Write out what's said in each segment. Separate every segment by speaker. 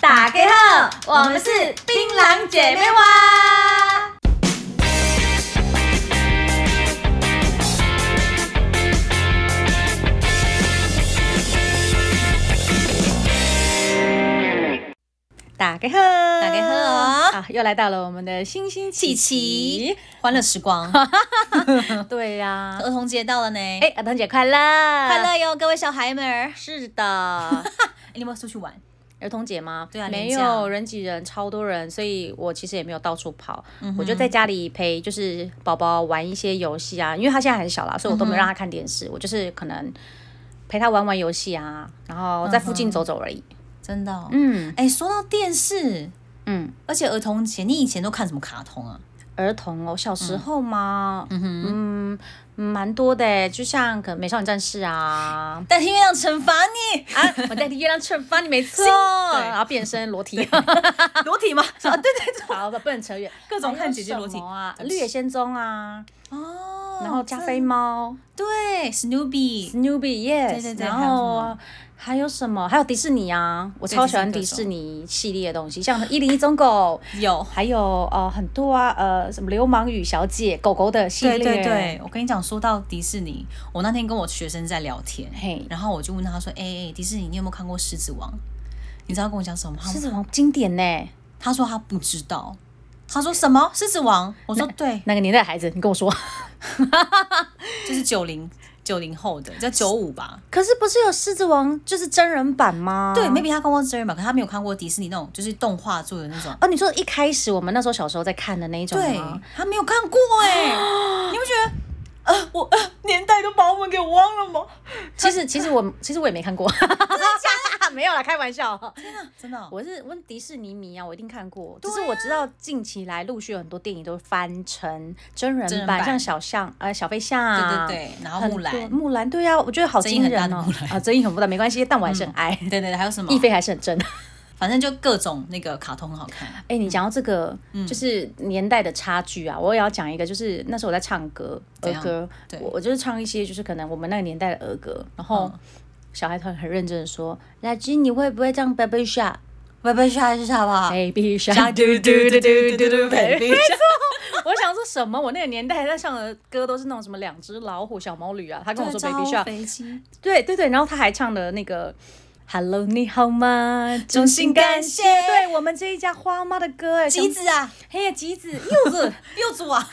Speaker 1: 打给后，我们是槟榔姐妹花。打给后，打
Speaker 2: 给呵哦
Speaker 1: 啊，又来到了我们的星星
Speaker 2: 琪琪，欢乐时光，
Speaker 1: 对呀、
Speaker 2: 儿童节到了呢，
Speaker 1: 哎，儿童节快乐，快
Speaker 2: 呃快乐哟，各位小孩们儿！
Speaker 1: 是的，
Speaker 2: 哎你有没有出去玩？
Speaker 1: 儿童节吗？
Speaker 2: 对啊
Speaker 1: 没
Speaker 2: 廉价
Speaker 1: 有人挤人，超多人，所以我其实也没有到处跑，
Speaker 2: 嗯
Speaker 1: 我就在家里陪就是宝宝玩一些游戏啊，因为他现在很小啦，所以
Speaker 2: 嗯
Speaker 1: 我都没有让他看电视，我就是可能陪他玩玩游戏啊，然后在附近走走而已。
Speaker 2: 真的、哦，
Speaker 1: 嗯
Speaker 2: 哎，说到电视，
Speaker 1: 嗯，
Speaker 2: 而且儿童节，你以前都看什么卡通啊？。
Speaker 1: 儿童哦，小时候吗？嗯蛮多的欸，就像可能美少女战士啊
Speaker 2: 但是月亮惩罚你，
Speaker 1: 啊！我代替月亮惩罚你，没 错。
Speaker 2: 对
Speaker 1: 然后变身裸体，
Speaker 2: 裸体吗？啊，对对对，
Speaker 1: 好，不能扯远。
Speaker 2: 各种看姐姐
Speaker 1: 还有
Speaker 2: 裸体
Speaker 1: 什么啊，
Speaker 2: 对不
Speaker 1: 绿
Speaker 2: 起
Speaker 1: 野仙踪啊，
Speaker 2: 哦，
Speaker 1: 然后加
Speaker 2: 这
Speaker 1: 菲，猫、
Speaker 2: 对，Snoopy，
Speaker 1: Snoopy Yes，
Speaker 2: 对对对还
Speaker 1: 然
Speaker 2: 有什
Speaker 1: 后
Speaker 2: 么
Speaker 1: 还有什么？还有迪士尼啊，我
Speaker 2: 对
Speaker 1: 超
Speaker 2: 迪士
Speaker 1: 喜欢
Speaker 2: 尼
Speaker 1: 迪
Speaker 2: 各种
Speaker 1: 士尼系列的东西，像一零一忠狗，
Speaker 2: 有，
Speaker 1: 还有呃很多啊，呃什么流氓与小姐、狗狗的系列，
Speaker 2: 对对对，我跟你讲，说到迪士尼，我那天跟我学生在聊天，
Speaker 1: 嘿
Speaker 2: 然后我就问他说，哎、哎、迪士尼，你有没有看过《狮子王》？你知道他跟我讲什么吗？他
Speaker 1: 狮子王经典呢。
Speaker 2: 他说他不知道。他说什 么？狮子王？我说对，
Speaker 1: 那个年代的孩子，你跟我说，
Speaker 2: 就是九零九零后的，叫九五吧。
Speaker 1: 可是不是有狮子王就是真人版吗？
Speaker 2: 对，maybe 他看过真人版，可他没有看过迪士尼那种就是动画做的那种。
Speaker 1: 哦，你说一开始我们那时候小时候在看的那一种
Speaker 2: 对
Speaker 1: 吗？，
Speaker 2: 他没有看过 哎、你不觉得？呃，我呃年代都把我们给忘了吗？
Speaker 1: 其实其实我其实我也没看过， 没有啦，开玩笑。
Speaker 2: 真的哦、
Speaker 1: 我是问迪士尼迷啊，我一定看过。只是我知道近期来陆续有很多电影都翻成真人
Speaker 2: 真人
Speaker 1: 版，
Speaker 2: 版
Speaker 1: 像小象呃小飞象，
Speaker 2: 对对对然后
Speaker 1: 很
Speaker 2: 木兰
Speaker 1: 多木兰对啊，我觉得好
Speaker 2: 争议
Speaker 1: 惊
Speaker 2: 很大
Speaker 1: 人
Speaker 2: 的
Speaker 1: 哦
Speaker 2: 木兰嗯
Speaker 1: 啊，争议很不大，没关系，但我还是很爱。
Speaker 2: 对对对，还有什么
Speaker 1: 亦？菲还是很正。
Speaker 2: 反正就各种那个卡通很好看。
Speaker 1: 哎、你讲到这个，
Speaker 2: 嗯
Speaker 1: 就是年代的差距啊，我也要讲一个，就是那时候我在唱歌儿
Speaker 2: 怎样
Speaker 1: 歌，
Speaker 2: 对嗯
Speaker 1: 我我就是唱一些就是可能我们那个年代的儿歌，然后小孩团很认真的说：“雅君，你会不会唱 Baby Shark？Baby
Speaker 2: 拜拜下一下吧。
Speaker 1: Shark？”
Speaker 2: 嘟嘟嘟嘟嘟嘟 baby，
Speaker 1: 我想说什么？我那个年代在唱的歌都是那种什么两只老虎、小毛驴啊，他跟我说 Baby Shark，
Speaker 2: 飞机，
Speaker 1: 对对对，然后他还唱的那个 Hello，你好吗？衷
Speaker 2: 衷
Speaker 1: 心
Speaker 2: 心
Speaker 1: 感
Speaker 2: 感谢
Speaker 1: 谢对我们这一家花妈的歌，哎，
Speaker 2: 机
Speaker 1: 想
Speaker 2: 子啊，
Speaker 1: 嘿橘子柚子。
Speaker 2: 柚子啊，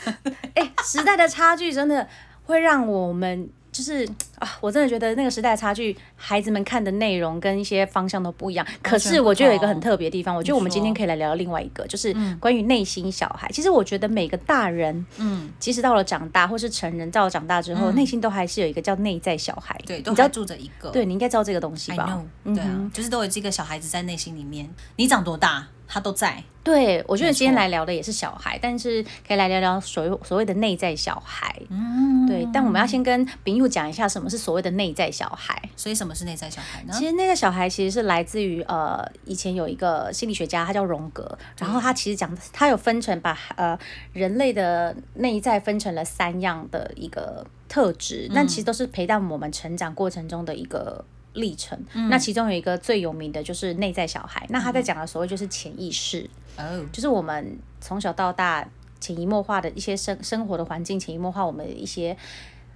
Speaker 1: 哎、时代的差距真的会让我们就是啊，我真的觉得那个时代的差距，孩子们看的内容跟一些方向都不一样。可是我觉得有一个很特别的地方，我觉得我们今天可以来聊另外一个，就是关于内心小孩。其实我觉得每个大人，
Speaker 2: 嗯，
Speaker 1: 即使到了长大或是成人，到了长大之后，内、心都还是有一个叫内在小孩。
Speaker 2: 对，
Speaker 1: 你
Speaker 2: 都
Speaker 1: 知道
Speaker 2: 还，住着一个，
Speaker 1: 对你应该知道这个东西
Speaker 2: ，I
Speaker 1: 吧嗯
Speaker 2: know，对啊，就是都有这个小孩子在内心里面，你长多大，他都在，
Speaker 1: 对，我觉得今天
Speaker 2: 没错
Speaker 1: 来聊的也是小孩，但是可以来聊聊所谓所谓的内在小孩。
Speaker 2: 嗯，
Speaker 1: 对，但我们要先跟丙佑讲一下什么是所谓的内在小孩。
Speaker 2: 所以什么是内在小孩呢？
Speaker 1: 其实那个小孩其实是来自于呃，以前有一个心理学家，他叫荣格，然后他其实讲他有分成把呃人类的内在分成了三样的一个特质，那其实都是陪伴我们成长过程中的一个。历程，那其中有一个最有名的就是内在小孩，那他在讲的所谓就是潜意识，
Speaker 2: 哦，
Speaker 1: 就是我们从小到大潜移默化的一些生生活的环境，潜移默化我们的一些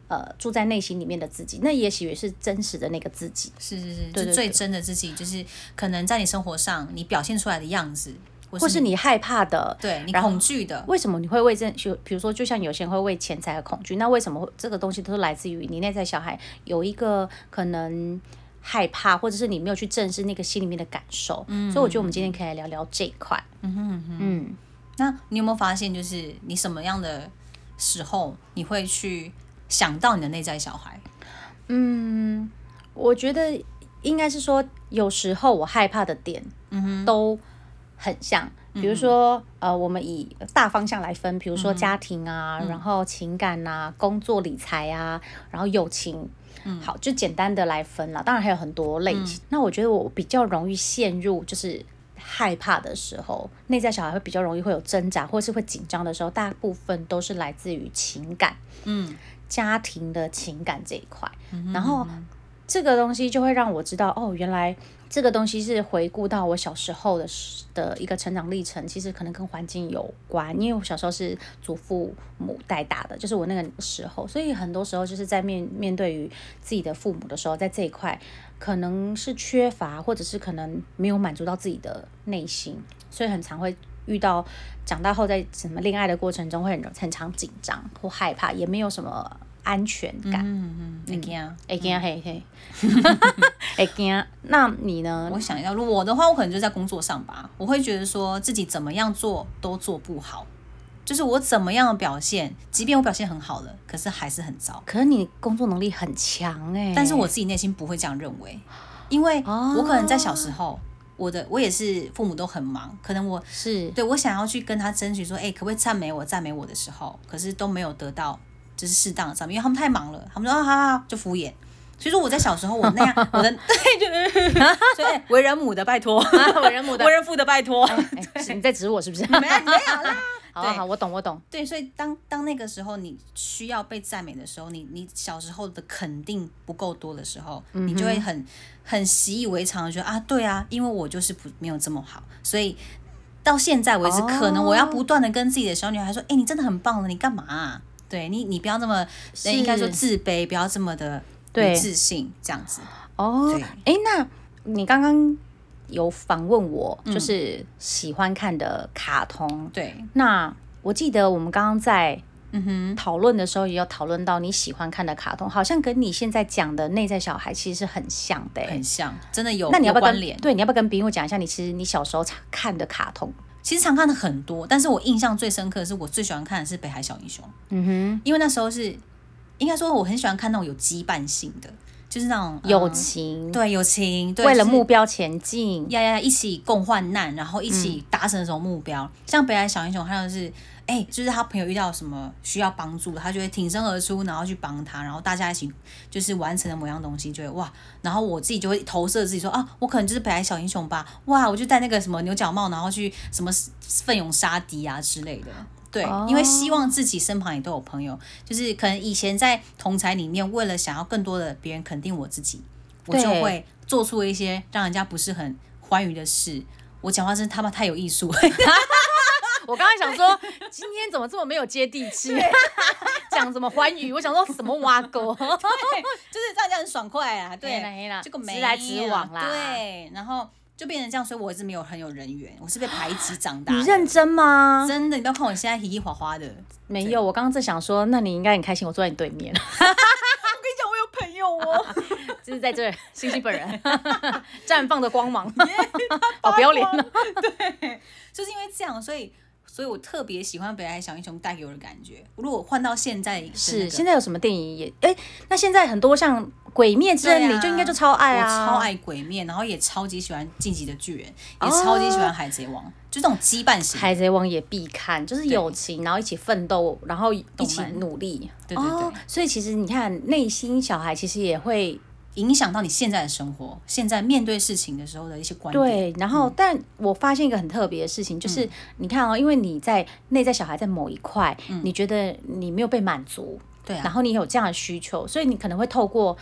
Speaker 1: 呃住在内心里面的自己，那也许也是真实的那个自己。
Speaker 2: 是是是，
Speaker 1: 对对
Speaker 2: 就最真的自己，就是可能在你生活上你表现出来的样子，
Speaker 1: 或
Speaker 2: 或
Speaker 1: 是
Speaker 2: 你
Speaker 1: 你害怕的，
Speaker 2: 对你
Speaker 1: 然后
Speaker 2: 恐惧的，
Speaker 1: 为什么你会为这就比如说，就像有些人会为钱财而恐惧，那为什么会这个东西都是来自于你内在小孩有一个可能害怕，或者是你没有去正视那个心里面的感受？
Speaker 2: 嗯
Speaker 1: 所以我觉得我们今天可以来聊聊这一块。嗯哼嗯
Speaker 2: 那你有没有发现，就是你什么样的时候你会去想到你的内在小孩？
Speaker 1: 嗯，我觉得应该是说，有时候我害怕的点，嗯哼，都很像。比如说，呃，我们以大方向来分，比如说家庭啊，然后情感啊，工作、理财啊，然后友情，嗯，好，就简单的来分了。当然还有很多类型。那我觉得我比较容易陷入就是害怕的时候，内在小孩会比较容易会有挣扎，或是会紧张的时候，大部分都是嗯来自于情感。家庭的情感这一块，然后这个东西就会让我知道，哦，原来这个东西是回顾到我小时候的时的一个成长历程，其实可能跟环境有关，因为我小时候是祖父母带大的，就是我那个时候，所以很多时候就是在面面对于自己的父母的时候，在这一块可能是缺乏，或者是可能没有满足到自己的内心，所以很常会遇到长大后在什么恋爱的过程中会很很常紧张或害怕，也没有什么安全感。
Speaker 2: 嗯嗯，会惊啊。
Speaker 1: 会惊嘿嘿， 会惊。那你呢？
Speaker 2: 我想一下，如果我的话，我可能就在工作上吧，我会觉得说自己怎么样做都做不好，就是我怎么样的表现，即便我表现很好了，可是还是很糟。
Speaker 1: 可是你工作能力很强哎、
Speaker 2: 但是我自己内心不会这样认为，因为
Speaker 1: 哦
Speaker 2: 我可能在小时候，我的我也是父母都很忙，可能我
Speaker 1: 是
Speaker 2: 对我想要去跟他争取说，哎、可不可以赞美我赞美我的时候，可是都没有得到就是适当的赞美，因为他们太忙了，他们说啊哈哈就敷衍。所以说我在小时候我那样，我的 对，就是 所以哎为人母的拜 托，
Speaker 1: 啊，为人母的
Speaker 2: 为。人父的拜托，
Speaker 1: 哎是你在指 我是不是？
Speaker 2: 没有没有啦。
Speaker 1: 好好
Speaker 2: 对
Speaker 1: 好，我懂我懂。
Speaker 2: 对，所以当当那个时候你需要被赞美的时候，你你小时候的肯定不够多的时候，
Speaker 1: 嗯
Speaker 2: 你就会很很习以为常的觉得啊，对啊，因为我就是不没有这么好，所以到现在为止，
Speaker 1: 哦
Speaker 2: 可能我要不断的跟自己的小女孩说，哎、你真的很棒了，你干嘛啊、对你，你不要这么，
Speaker 1: 是
Speaker 2: 应该说自卑，不要这么的
Speaker 1: 对
Speaker 2: 没自信，这样子。
Speaker 1: 哦
Speaker 2: 对，
Speaker 1: 哎、那你刚刚有访问我，
Speaker 2: 嗯
Speaker 1: 就是喜欢看的卡通。
Speaker 2: 对，
Speaker 1: 那我记得我们刚刚在
Speaker 2: 嗯哼，
Speaker 1: 讨论的时候，也有讨论到你喜欢看的卡通，好像跟你现在讲的内在小孩其实是很像的、哎
Speaker 2: 很像，真的有
Speaker 1: 那你要不
Speaker 2: 有
Speaker 1: 要
Speaker 2: 关
Speaker 1: 跟
Speaker 2: 联。
Speaker 1: 对你要不要跟比我讲一下，你其实你小时候常看的卡通？
Speaker 2: 其实常看的很多，但是我印象最深刻的是，我最喜欢看的是《北海小英雄》。
Speaker 1: 嗯
Speaker 2: 因为那时候是应该说我很喜欢看那种有羁绊性的，就是那种
Speaker 1: 哼，友、
Speaker 2: 嗯
Speaker 1: 情，
Speaker 2: 对友情，对
Speaker 1: 为
Speaker 2: 就
Speaker 1: 了
Speaker 2: 是
Speaker 1: 目标前进，
Speaker 2: 呀呀呀一起共患难，然后一起达成什么目标。像北海小英雄，他就是哎、就是他朋友遇到什么需要帮助，他就会挺身而出，然后去帮他，然后大家一起就是完成了某样东西，就会哇。然后我自己就会投射自己说啊，我可能就是北海小英雄吧，哇，我就戴那个什么牛角帽，然后去什么奋勇杀敌啊之类的。对
Speaker 1: 哦，
Speaker 2: 因为希望自己身旁也都有朋友，就是可能以前在同才里面，为了想要更多的别人肯定我自己，我就
Speaker 1: 对
Speaker 2: 会做出一些让人家不是很欢愉的事。我讲话真他妈太有艺术，
Speaker 1: 我刚才想说，今天怎么这么没有接地 气？讲什么欢愉？我想说什么挖沟？
Speaker 2: 就是大家很爽快啊，
Speaker 1: 黑啦
Speaker 2: 对，
Speaker 1: 黑啦，
Speaker 2: 这个
Speaker 1: 直
Speaker 2: 没啊
Speaker 1: 来直往啦。，
Speaker 2: 对，然后就变成这样，所以我一直没有很有人缘，我是被排挤长大的。
Speaker 1: 你认真吗？
Speaker 2: 真的，你不要看我现在嘻嘻哗哗的，
Speaker 1: 没有，我刚刚正想说，那你应该很开心，我坐在你对面，
Speaker 2: 我跟你讲，我有朋友哦，
Speaker 1: 就是在这儿，星星本 人绽放的光芒， 好不要 脸了。
Speaker 2: 哦就是因为这样，所以所以我特别喜欢北海小英雄带给我的感觉。如果换到现在的那个，
Speaker 1: 是，现在有什么电影也？哎，那现在很多像《鬼灭之刃》，
Speaker 2: 对啊
Speaker 1: 你就应该就超爱啊，
Speaker 2: 我超。爱鬼灭，然后也超级喜欢进击的巨人，
Speaker 1: 哦
Speaker 2: 也超级喜欢海贼王，就这种羁绊型。
Speaker 1: 海贼王也必看，就是友情，然后一起奋斗，然后一起
Speaker 2: 动漫
Speaker 1: 努力。
Speaker 2: 对对对
Speaker 1: 哦，所以其实你看，内心小孩其实也会
Speaker 2: 影响到你现在的生活，现在面对事情的时候的一些观点。
Speaker 1: 对。然后，但我发现一个很特别的事情，
Speaker 2: 嗯
Speaker 1: 就是你看哦，因为你在内在小孩在某一块，你觉得你没有被满足，
Speaker 2: 嗯对啊，
Speaker 1: 然后你有这样的需求，所以你可能会透过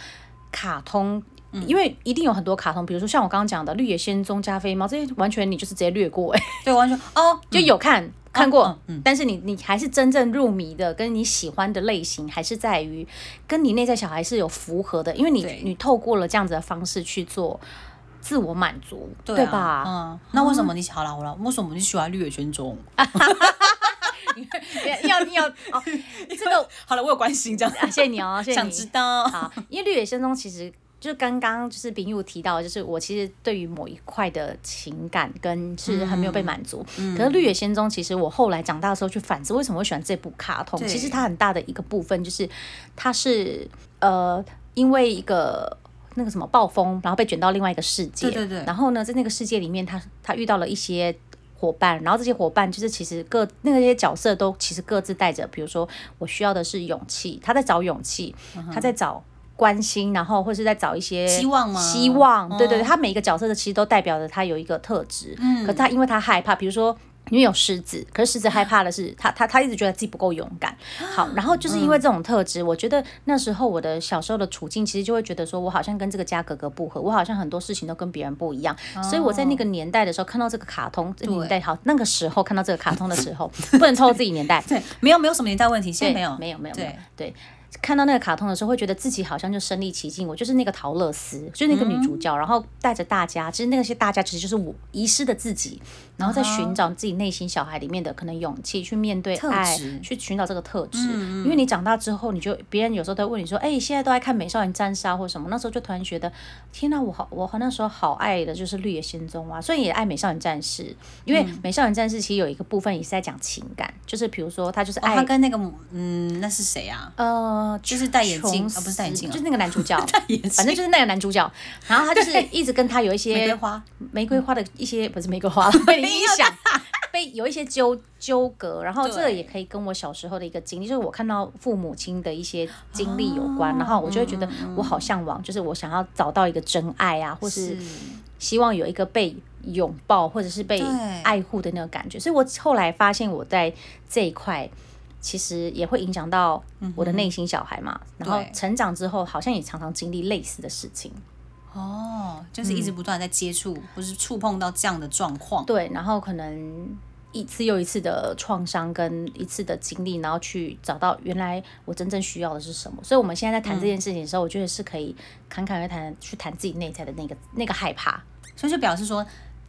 Speaker 1: 卡通。
Speaker 2: 嗯
Speaker 1: 因为一定有很多卡通，比如说像我刚刚讲的《绿野仙踪》《加菲猫》这些，完全你就是直接略过、哎，
Speaker 2: 对，完全哦，
Speaker 1: 就有看、看过，
Speaker 2: 嗯嗯
Speaker 1: 但是你你还是真正入迷的，跟你喜欢的类型还是在于跟你内在小孩是有符合的，因为你
Speaker 2: 对
Speaker 1: 你透过了这样子的方式去做自我满足，对,、
Speaker 2: 对啊
Speaker 1: 吧？啊
Speaker 2: 嗯，那为什么你好了好了，为什么你喜欢绿野仙踪？
Speaker 1: 要要哦，这个
Speaker 2: 好了，我有关心这样，
Speaker 1: 啊谢谢你哦，谢谢
Speaker 2: 想
Speaker 1: 你。
Speaker 2: 知道。
Speaker 1: 好，因为绿野仙踪其实就刚刚就是丙佑提到，就是我其实对于某一块的情感跟是很没有被满足。
Speaker 2: 嗯
Speaker 1: 可是绿野仙踪其实我后来长大的时候去反思，为什么会喜欢这部卡通？
Speaker 2: 对
Speaker 1: 其实它很大的一个部分就是它是呃因为一个。那个什么暴风，然后被卷到另外一个世界。
Speaker 2: 对对对
Speaker 1: 然后呢，在那个世界里面，他他遇到了一些伙伴，然后这些伙伴就是其实各那个些角色都其实各自带着，比如说我需要的是勇气，他在找勇气，他在找关心，然后或是在找一些
Speaker 2: 希望吗
Speaker 1: 希望，对对对，
Speaker 2: 哦嗯
Speaker 1: 他每一个角色的其实都代表着他有一个特质，可是他因为他害怕，比如说。因为有狮子，可是狮子害怕的是他他他一直觉得自己不够勇敢。
Speaker 2: 啊
Speaker 1: 好，然后就是因
Speaker 2: 嗯
Speaker 1: 为这种特质，我觉得那时候我的小时候的处境，其实就会觉得说我好像跟这个家格格不合，我好像很多事情都跟别人不一样。
Speaker 2: 哦
Speaker 1: 所以我在那个年代的时候看到这个卡通年代，好那个时候看到这个卡通的时候，不能透露自己年代，
Speaker 2: 对， 没有没有什么年代问题，现在
Speaker 1: 没
Speaker 2: 没有
Speaker 1: 没有没有没有
Speaker 2: 对
Speaker 1: 对。看到那个卡通的时候，会觉得自己好像就身临其境，我就是那个陶乐斯，就是那个女主角，
Speaker 2: 嗯
Speaker 1: 然后带着大家，其实那些大家其实就是我遗失的自己，然后再寻找自己内心小孩里面的可能勇气，去面对
Speaker 2: 特
Speaker 1: 爱
Speaker 2: 质，嗯
Speaker 1: 去寻找这个特质。因为你长大之后，你就别人有时候都会问你说：“哎、现在都爱看《美少女战士》啊，或什么？”那时候就突然觉得，天呐，我好，我好那时候好爱的就是《绿野仙踪》啊，虽然也爱《美少女战士》，
Speaker 2: 嗯
Speaker 1: 因为《美少女战士》其实有一个部分也是在讲情感，就是比如说他就是
Speaker 2: 哦，
Speaker 1: 爱、
Speaker 2: 他跟那个嗯，那是谁啊？
Speaker 1: 呃，
Speaker 2: 就是戴眼镜
Speaker 1: 琼
Speaker 2: 啊不是戴眼镜啊
Speaker 1: 就是那个男主角，
Speaker 2: 戴眼镜
Speaker 1: 反正就是那个男 主角，然后他就是一直跟他有一些
Speaker 2: 玫瑰花，
Speaker 1: 玫瑰花的一些不是玫 瑰花被影响，被有一些纠纠葛，然后这个
Speaker 2: 对
Speaker 1: 也可以跟我小时候的一个经历，就是我看到父母亲的一些经历有
Speaker 2: 哦
Speaker 1: 关，然后我就会觉
Speaker 2: 嗯
Speaker 1: 得我好向往，就是我想要找到一个真爱啊，或是
Speaker 2: 嗯
Speaker 1: 希望有一个被拥抱或者是被
Speaker 2: 对
Speaker 1: 爱护的那种感觉。所以我后来发现我在这一块。其实也会影响到我的内心小孩嘛，然后
Speaker 2: 对
Speaker 1: 成长之后好像也常常经历类似的事情，
Speaker 2: 哦，就是一直
Speaker 1: 嗯
Speaker 2: 不断地在接触，或是触碰到这样的状况。
Speaker 1: 对，然后可能一次又一次的创伤跟一次的经历，然后去找到原来我真正需要的是什么。所以我们现在在谈这件事情的时候，我觉得是可以侃侃而谈，去谈自己内在的那个那个害怕。
Speaker 2: 所以就表示说，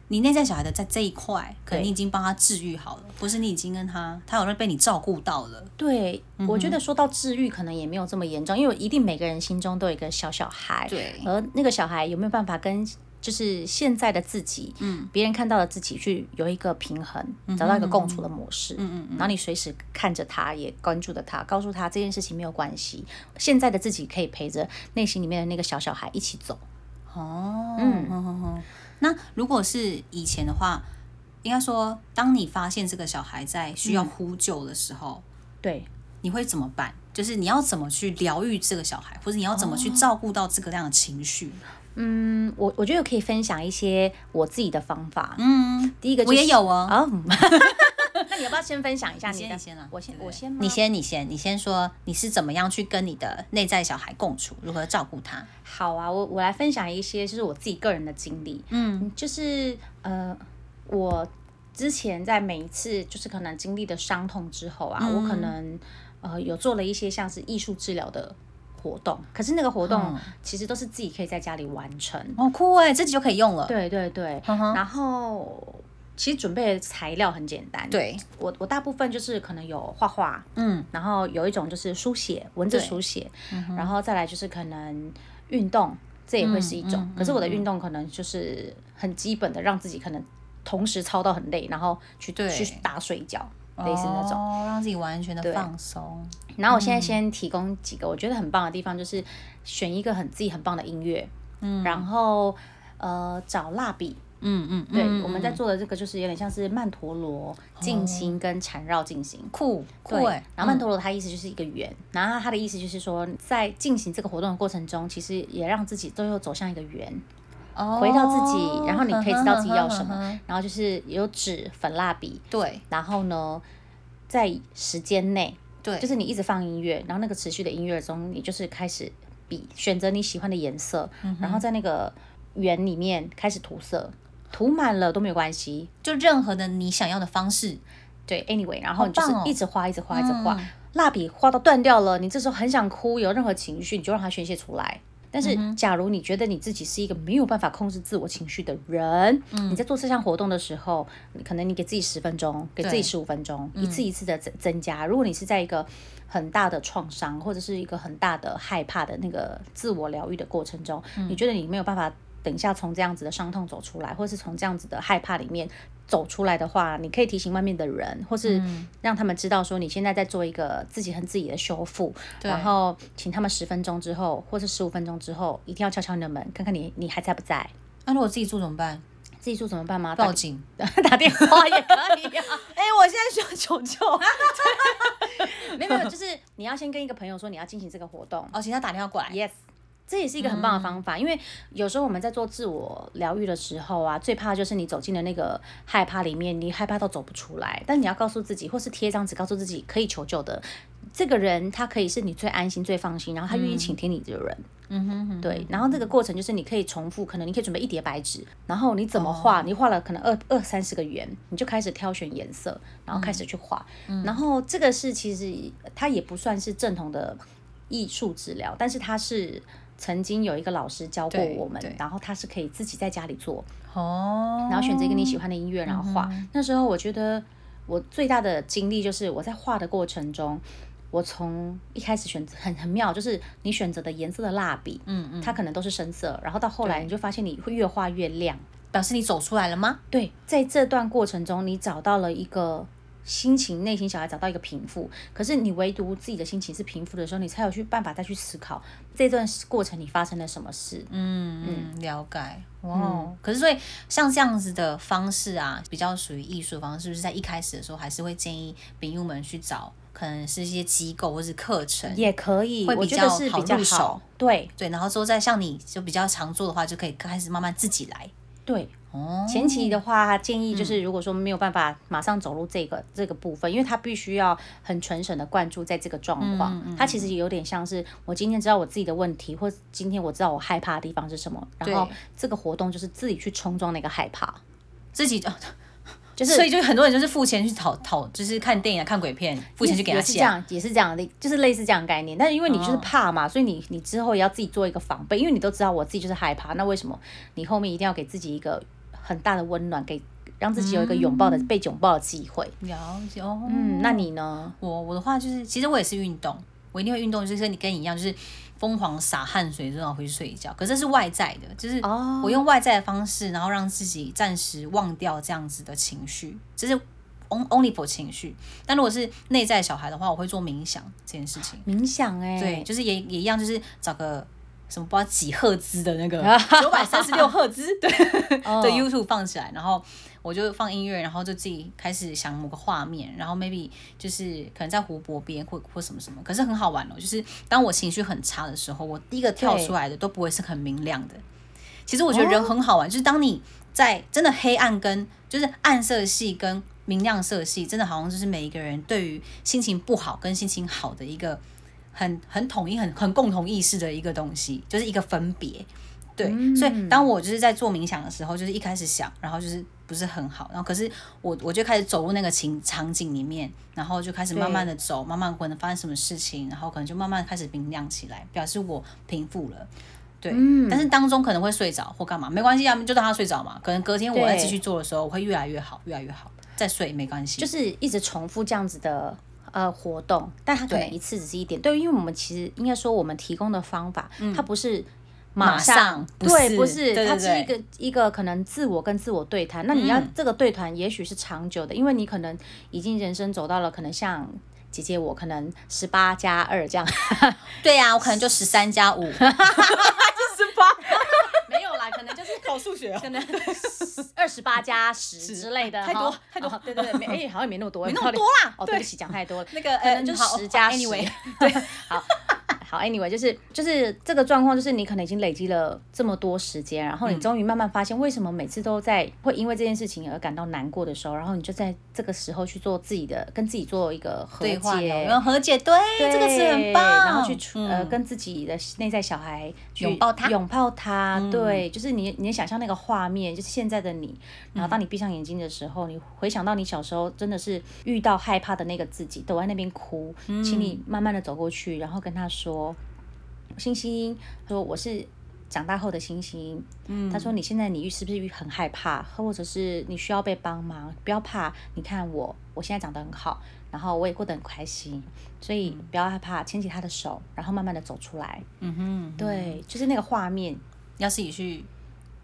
Speaker 2: 你内在小孩的在这一块，可能
Speaker 1: 对
Speaker 2: 你已经帮他治愈好了，不是你已经跟他，他有被你照顾到了。
Speaker 1: 对，我觉得说到治愈，可能也没有这么严重，因为一定每个人心中都有一个小小孩，
Speaker 2: 对
Speaker 1: 而那个小孩有没有办法跟就是现在的自己，嗯，别人看到的自己去有一个平衡，找到一个共处的模式，嗯嗯然后你随时看着他，也关注着他，告诉他这件事情没有关系，现在的自己可以陪着内心里面的那个小小孩一起走。
Speaker 2: 哦，嗯哼哼哼。那如果是以前的话，应该说，当你发现这个小孩在需要呼救的时候，
Speaker 1: 对，
Speaker 2: 你会怎么办？就是你要怎么去疗愈这个小孩，或者你要怎么
Speaker 1: 哦
Speaker 2: 去照顾到这个量的情绪？
Speaker 1: 嗯，我我觉得可以分享一些我自己的方法。
Speaker 2: 嗯，
Speaker 1: 第一个、就
Speaker 2: 我
Speaker 1: 是、
Speaker 2: 也有哦。
Speaker 1: 啊。那你要不要先分享一下你的？
Speaker 2: 你先啊
Speaker 1: 我先，
Speaker 2: 对
Speaker 1: 我先吗，
Speaker 2: 你先，你先，你先说你是怎么样去跟你的内在小孩共处，如何照顾他？
Speaker 1: 好啊，我我来分享一些就是我自己个人的经历，嗯，就是呃，我之前在每一次就是可能经历的伤痛之后啊，我可能呃有做了一些像是艺术治疗的活动，可是那个活动其实都是自己可以在家里完成，
Speaker 2: 哦，酷哎，这集就可以用了。嗯
Speaker 1: 对对对，然后其实准备的材料很简单，
Speaker 2: 对，
Speaker 1: 我我大部分就是可能有画画，嗯，然后有一种就是书写，文字
Speaker 2: 对嗯
Speaker 1: 书写，然后再来就是可能运动，这也会是一
Speaker 2: 嗯
Speaker 1: 种。可是我的运动可能就是很基本的，让自己可能同时操到很累，然后去
Speaker 2: 对
Speaker 1: 去打水饺，类似那种。
Speaker 2: 哦，让自己完全的放松。
Speaker 1: 然后我现在先提供几个我觉得很棒的地方，就是选一个很自己很棒的音乐，嗯，然后呃找蜡笔。
Speaker 2: 嗯嗯，
Speaker 1: 对，
Speaker 2: 嗯哦
Speaker 1: 我们在做的这个就是有点像是曼陀罗进行跟缠绕进行，
Speaker 2: 酷酷
Speaker 1: 对，
Speaker 2: 哎，
Speaker 1: 然后曼陀罗它意思就是一个圆，然后它的意思就是说，在进行这个活动的过程中，其实也让自己最后走向一个圆，
Speaker 2: 哦嗯
Speaker 1: 回到自己，然后你可以知道自己要什。
Speaker 2: 呵呵呵呵
Speaker 1: 么，然后就是有纸、粉蜡笔，
Speaker 2: 对
Speaker 1: 然后呢，在时间内，
Speaker 2: 对，
Speaker 1: 就是你一直放音乐，然后那个持续的音乐中，你就是开始比选择你喜欢的颜色，
Speaker 2: 嗯
Speaker 1: 然后在那个圆里面开始涂色，涂满了都没有关系，
Speaker 2: 就任何的你想要的方式，
Speaker 1: 对，anyway，然后你就
Speaker 2: 好
Speaker 1: 是
Speaker 2: 棒哦
Speaker 1: 一直画，一直画，一直
Speaker 2: 嗯
Speaker 1: 画，蜡笔画到断掉了，你这时候很想哭，有任何情绪，你就让它宣泄出来。但是，假如你觉得你自己是一个没有办法控制自我情绪的人，你在做这项活动的时候，你可能你给自己十分钟，给自己十五分钟，一次一次的增增加。如果你是在一个很大的创伤或者是一个很大的害怕的那个自我疗愈的过程中，你觉得你没有办法等一下从这样子的伤痛走出来，或是从这样子的害怕里面走出来的话，你可以提醒外面的人，或是让他们知道说你现在在做一个自己和自己的修复，然后请他们十分钟之后或是十五分钟之后，一定要敲敲你的门，看看你你还在不在。
Speaker 2: 啊那如果自己做怎么办？
Speaker 1: 自己做怎么办吗？
Speaker 2: 报警？
Speaker 1: 打打电 话也可以啊。
Speaker 2: 哎，我现在需要求救。
Speaker 1: 没有没有，就是你要先跟一个朋友说你要进行这个活动。
Speaker 2: 哦，请他打电话过来。
Speaker 1: Yes，这也是一个很棒的方法，因为有时候我们在做自我疗愈的时候啊，最怕就是你走进了那个害怕里面，你害怕到走不出来。但你要告诉自己，或是贴一张纸告诉自己可以求救的这个人，他可以是你最安心、最放心，然后他愿意倾听你的人。嗯哼，对。然后这个过程就是你可以重复，可能你可以准备一叠白纸，然后你怎么画，你画了可能二二三十个圆，你就开始挑选颜色，然后开始去画。然后这个是其实它也不算是正统的艺术治疗，但是它是。曾经有一个老师教过
Speaker 2: 对
Speaker 1: 我们
Speaker 2: 对，
Speaker 1: 然后他是可以自己在家里做，
Speaker 2: 哦，嗯
Speaker 1: 然后选择一个你喜欢的音乐，然后画。那时候我觉得我最大的经历就是我在画的过程中，我从一开始选择很很妙，就是你选择的颜色的蜡笔，嗯嗯，它可能都是深色，然后到后来你就发现你会越画越亮。
Speaker 2: 表示你走出来了吗？
Speaker 1: 对，在这段过程中，你找到了一个心情，内心小孩找到一个平复。可是你唯独自己的心情是平复的时候，你才有去办法再去思考这段过程你发生了什么事。
Speaker 2: 嗯嗯，了解。哇、哦
Speaker 1: 嗯
Speaker 2: 可是所以像这样子的方式啊，比较属于艺术方式，是不是在一开始的时候还是会建议丙友们去找，可能是一些机构或是课程，
Speaker 1: 也可以，
Speaker 2: 会比
Speaker 1: 我觉得
Speaker 2: 较
Speaker 1: 是
Speaker 2: 好
Speaker 1: 比较
Speaker 2: 入手
Speaker 1: 好。对
Speaker 2: 对，然后之后再像你就比较常做的话，就可以开始慢慢自己来。
Speaker 1: 对，
Speaker 2: 哦，
Speaker 1: 前期的话建议
Speaker 2: 嗯
Speaker 1: 就是，如果说没有办法马上走入这个、这个部分，因为他必须要很全神的灌注在这个状
Speaker 2: 嗯
Speaker 1: 况，他其实有点像是我今天知道我自己的问题，或今天我知道我害怕的地方是什么，然后
Speaker 2: 对
Speaker 1: 这个活动就是自己去冲撞那个害怕。
Speaker 2: 自 己，
Speaker 1: 哦就是
Speaker 2: 所以就很多人就是付钱去讨讨，就是看电影、啊、看鬼片，付钱去给他哦
Speaker 1: 也是这
Speaker 2: 下。
Speaker 1: 样，也是这样的，就是类似这样的概念。但是因为你就是怕嘛，所以你你之后也要自己做一个防备，因为你都知道我自己就是害怕，那为什么你后面一定要给自己一个很大的温暖，给让自己有一个拥抱
Speaker 2: 嗯
Speaker 1: 的、被拥抱的机会？
Speaker 2: 了解哦，
Speaker 1: 嗯，那你呢？
Speaker 2: 我我的话就是，其实我也是运动，我一定会运动，就是跟你跟你一样，就是疯狂洒汗水，然后回去睡觉。可是这是外在的，就是
Speaker 1: 哦
Speaker 2: 我用外在的方式，然后让自己暂时忘掉这样子的情绪，这是 on- only for 情绪。但如果是内在小孩的话，我会做冥想这件事情。
Speaker 1: 冥想哎、
Speaker 2: 对，，就是也也一样，就是找个什么不知道几赫兹的那个九百三十六赫兹，对，
Speaker 1: 哦
Speaker 2: 对 YouTube 放起来，然后我就放音乐，然后就自己开始想某个画面，然后 maybe 就是可能在湖泊边或或什么什么，可是很好玩哦，就是当我情绪很差的时候，我第一个跳
Speaker 1: 对
Speaker 2: 出来的都不会是很明亮的。其实我觉得人很好玩，就是当你在真的黑暗跟就是暗色系跟明亮色系，真的好像就是每一个人对于心情不好跟心情好的一个很很统一、很很共同意识的一个东西，就是一个分别。对，所以当我就是在做冥想的时候，就是一开始想，然后就是不是很好，然后可是我我就开始走入那个情场景里面，然后就开始慢慢的走，慢慢可能发生什么事情，然后可能就慢慢开始明亮起来，表示我平复了。对，
Speaker 1: 嗯
Speaker 2: 但是当中可能会睡着或干嘛，没关系啊，就让他睡着嘛。可能隔天我再
Speaker 1: 对
Speaker 2: 继续做的时候，我会越来越好，越来越好，再睡没关系。
Speaker 1: 就是一直重复这样子的呃活动，但它可能
Speaker 2: 对
Speaker 1: 一次只是一点。对，因为我们其实应该说，我们提供的方法，它不是。
Speaker 2: 马上不
Speaker 1: 对，嗯
Speaker 2: 是
Speaker 1: 嗯不是，
Speaker 2: 对
Speaker 1: 它
Speaker 2: 对
Speaker 1: 是一个一个可能自我跟自我对谈。那你要这个对谈，也许是长久的，因为你可能已经人生走到了，可能像姐姐我，可能十八加二这样，
Speaker 2: 对呀、啊，我可能就十三加五，
Speaker 1: 没有啦，可能就是
Speaker 2: 考数学、
Speaker 1: 可能二十八加十之类的，
Speaker 2: 太多
Speaker 1: 哈
Speaker 2: 太多
Speaker 1: 哦对对对，没哎，好像也没那么多，没
Speaker 2: 那么多啦
Speaker 1: 哦，对不起，讲太 多了，
Speaker 2: 那个
Speaker 1: 可能就
Speaker 2: 呃好
Speaker 1: 十加十
Speaker 2: anyway
Speaker 1: 对，好。好，anyway，就是就是这个状况，就是你可能已经累积了这么多时间，然后你终于慢慢发现，为什么每次都在会因为这件事情而感到难过的时候，然后你就在这个时候去做自己的，跟自己做一个和
Speaker 2: 对话
Speaker 1: 解，
Speaker 2: 有没有和解？对，
Speaker 1: 对
Speaker 2: 这个是很棒。
Speaker 1: 然后去处、呃
Speaker 2: 嗯
Speaker 1: 跟自己的内在小孩去
Speaker 2: 拥抱他嗯
Speaker 1: 拥抱他，对，就是你你想象那个画面，就是现在的你，
Speaker 2: 嗯
Speaker 1: 然后当你闭上眼睛的时候，你回想到你小时候真的是遇到害怕的那个自己，躲在那边哭，
Speaker 2: 嗯
Speaker 1: 请你慢慢的走过去，然后跟他说，星星，说我是。长大后的星星，嗯，他说你现在你是不是很害怕， 或者是你需要被帮忙？不要怕，你看我，我现在长得很好，然后我也过得很开心，所以不要害怕，牵起他的手，然后慢慢的走出来。
Speaker 2: 嗯哼，
Speaker 1: 对，就是那个画面，
Speaker 2: 要自己去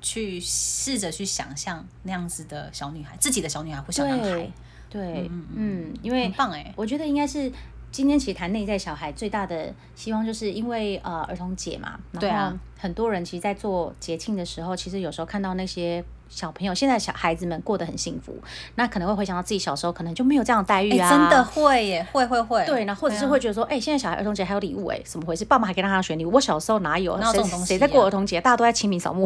Speaker 2: 去试着去想象那样子的小女孩，自己的小女孩或小男孩
Speaker 1: 对，，对，嗯，因为
Speaker 2: 很棒哎、
Speaker 1: 我觉得应该是今天其实谈内在小孩最大的希望，就是因为呃儿童节嘛，
Speaker 2: 对
Speaker 1: 然
Speaker 2: 啊
Speaker 1: 后很多人其实，在做节庆的时候，其实有时候看到那些小朋友现在小孩子们过得很幸福，那可能会回想到自己小时候可能就没有这样的待
Speaker 2: 哎、
Speaker 1: 遇啊，
Speaker 2: 真的啊会耶，会会会，
Speaker 1: 对，然后或者是会觉得说，哎、现在小孩儿童节还有礼物、哎，怎么回事？爸妈还给他选礼物，我小时候哪有？
Speaker 2: 哪有这
Speaker 1: 谁
Speaker 2: 种东
Speaker 1: 谁
Speaker 2: 西啊
Speaker 1: 在过
Speaker 2: 呀
Speaker 1: 儿童节？大家都在清明扫墓，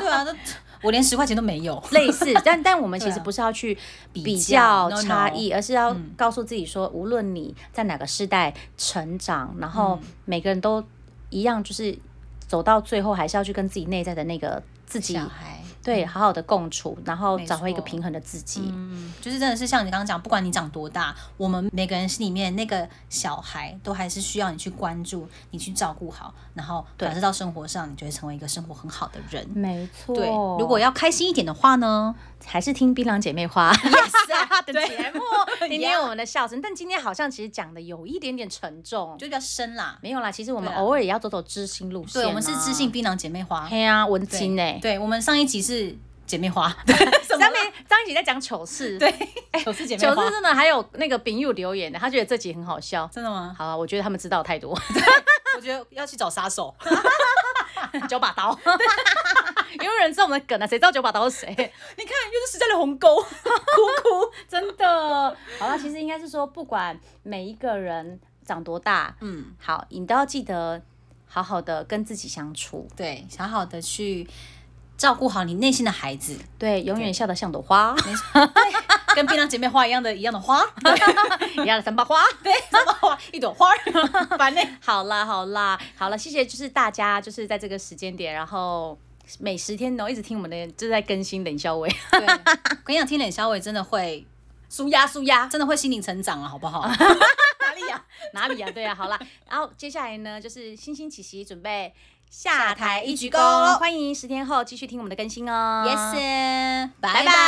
Speaker 2: 对啊，那我连十块钱都没有。
Speaker 1: 类似。但但我们其
Speaker 2: 对
Speaker 1: 实
Speaker 2: 啊
Speaker 1: 不是要去比
Speaker 2: 较嗯
Speaker 1: 较
Speaker 2: no, no
Speaker 1: 差异，而是要告诉自己说，无论你在哪个世代成长，然后
Speaker 2: 嗯
Speaker 1: 每个人都一样，就是走到最后，还是要去跟自己内在的那个自己
Speaker 2: 小。孩，
Speaker 1: 对，好好的共处，然后
Speaker 2: 嗯没
Speaker 1: 找回一个
Speaker 2: 错
Speaker 1: 平衡的自己。
Speaker 2: 嗯，就是真的是像你刚刚讲，不管你长多大，我们每个人心里面那个小孩都还是需要你去关注，你去照顾好，然后
Speaker 1: 对
Speaker 2: 反射到生活上，你就会成为一个生活很好的人。
Speaker 1: 没错，
Speaker 2: 对，如果要开心一点的话呢，
Speaker 1: 还是听槟榔姐 妹花
Speaker 2: yes, 啊
Speaker 1: 的
Speaker 2: 对
Speaker 1: 节目，听听我们的笑声。但今天好像其实讲的有一点点沉重，
Speaker 2: 就比较深啦。
Speaker 1: 没有啦。其实我们
Speaker 2: 对啊
Speaker 1: 偶尔也要走走知心路线、啊
Speaker 2: 对，我们是啊欸知性，槟榔姐妹花。
Speaker 1: 嘿啊，文
Speaker 2: 对
Speaker 1: 青哎、
Speaker 2: 对，我们上一集是姐妹 花，
Speaker 1: 上面上一集在讲糗事，
Speaker 2: 对， 九是啊姐妹
Speaker 1: 糗
Speaker 2: 花
Speaker 1: 事，真的还有那个丙友留言的，他觉得这集很好笑。
Speaker 2: 真的吗？
Speaker 1: 好啊，我觉得他们知道太多，
Speaker 2: 我觉得要去找杀手。
Speaker 1: 九把刀， 有没有人知道我们的梗啊？谁知道九把刀 是谁？
Speaker 2: 你看，又是时代的鸿沟，哭哭。
Speaker 1: 真的，好了，其实应该是说，不管每一个人长多大，
Speaker 2: 嗯，
Speaker 1: 好，你都要记得好好的跟自己相处，
Speaker 2: 对，好好的去照顾好你内心的孩 子，
Speaker 1: 对，永远笑得像朵花，
Speaker 2: 跟槟榔姐妹花一样的一样的 花，
Speaker 1: 一样的三把花。
Speaker 2: 对，什么花？一朵花， 烦欸呢、
Speaker 1: 好啦，好啦，好了，谢谢，就是大家就是在这个时间点，然后每十天都一直听我们的，就在更新冷笑 薇。
Speaker 2: 对，我跟你讲，听冷小伟真的会
Speaker 1: 舒压舒压，
Speaker 2: 真的会心灵成长了，啊好不好？
Speaker 1: 哪里呀、哪里呀、啊对呀、好啦，然后接下来呢，就是星星起席，准备下台一鞠
Speaker 2: 下台一鞠
Speaker 1: 躬，
Speaker 2: 躬
Speaker 1: 欢迎十天后继续听我们的更新哦。
Speaker 2: yes，
Speaker 1: 拜
Speaker 2: 拜
Speaker 1: 拜。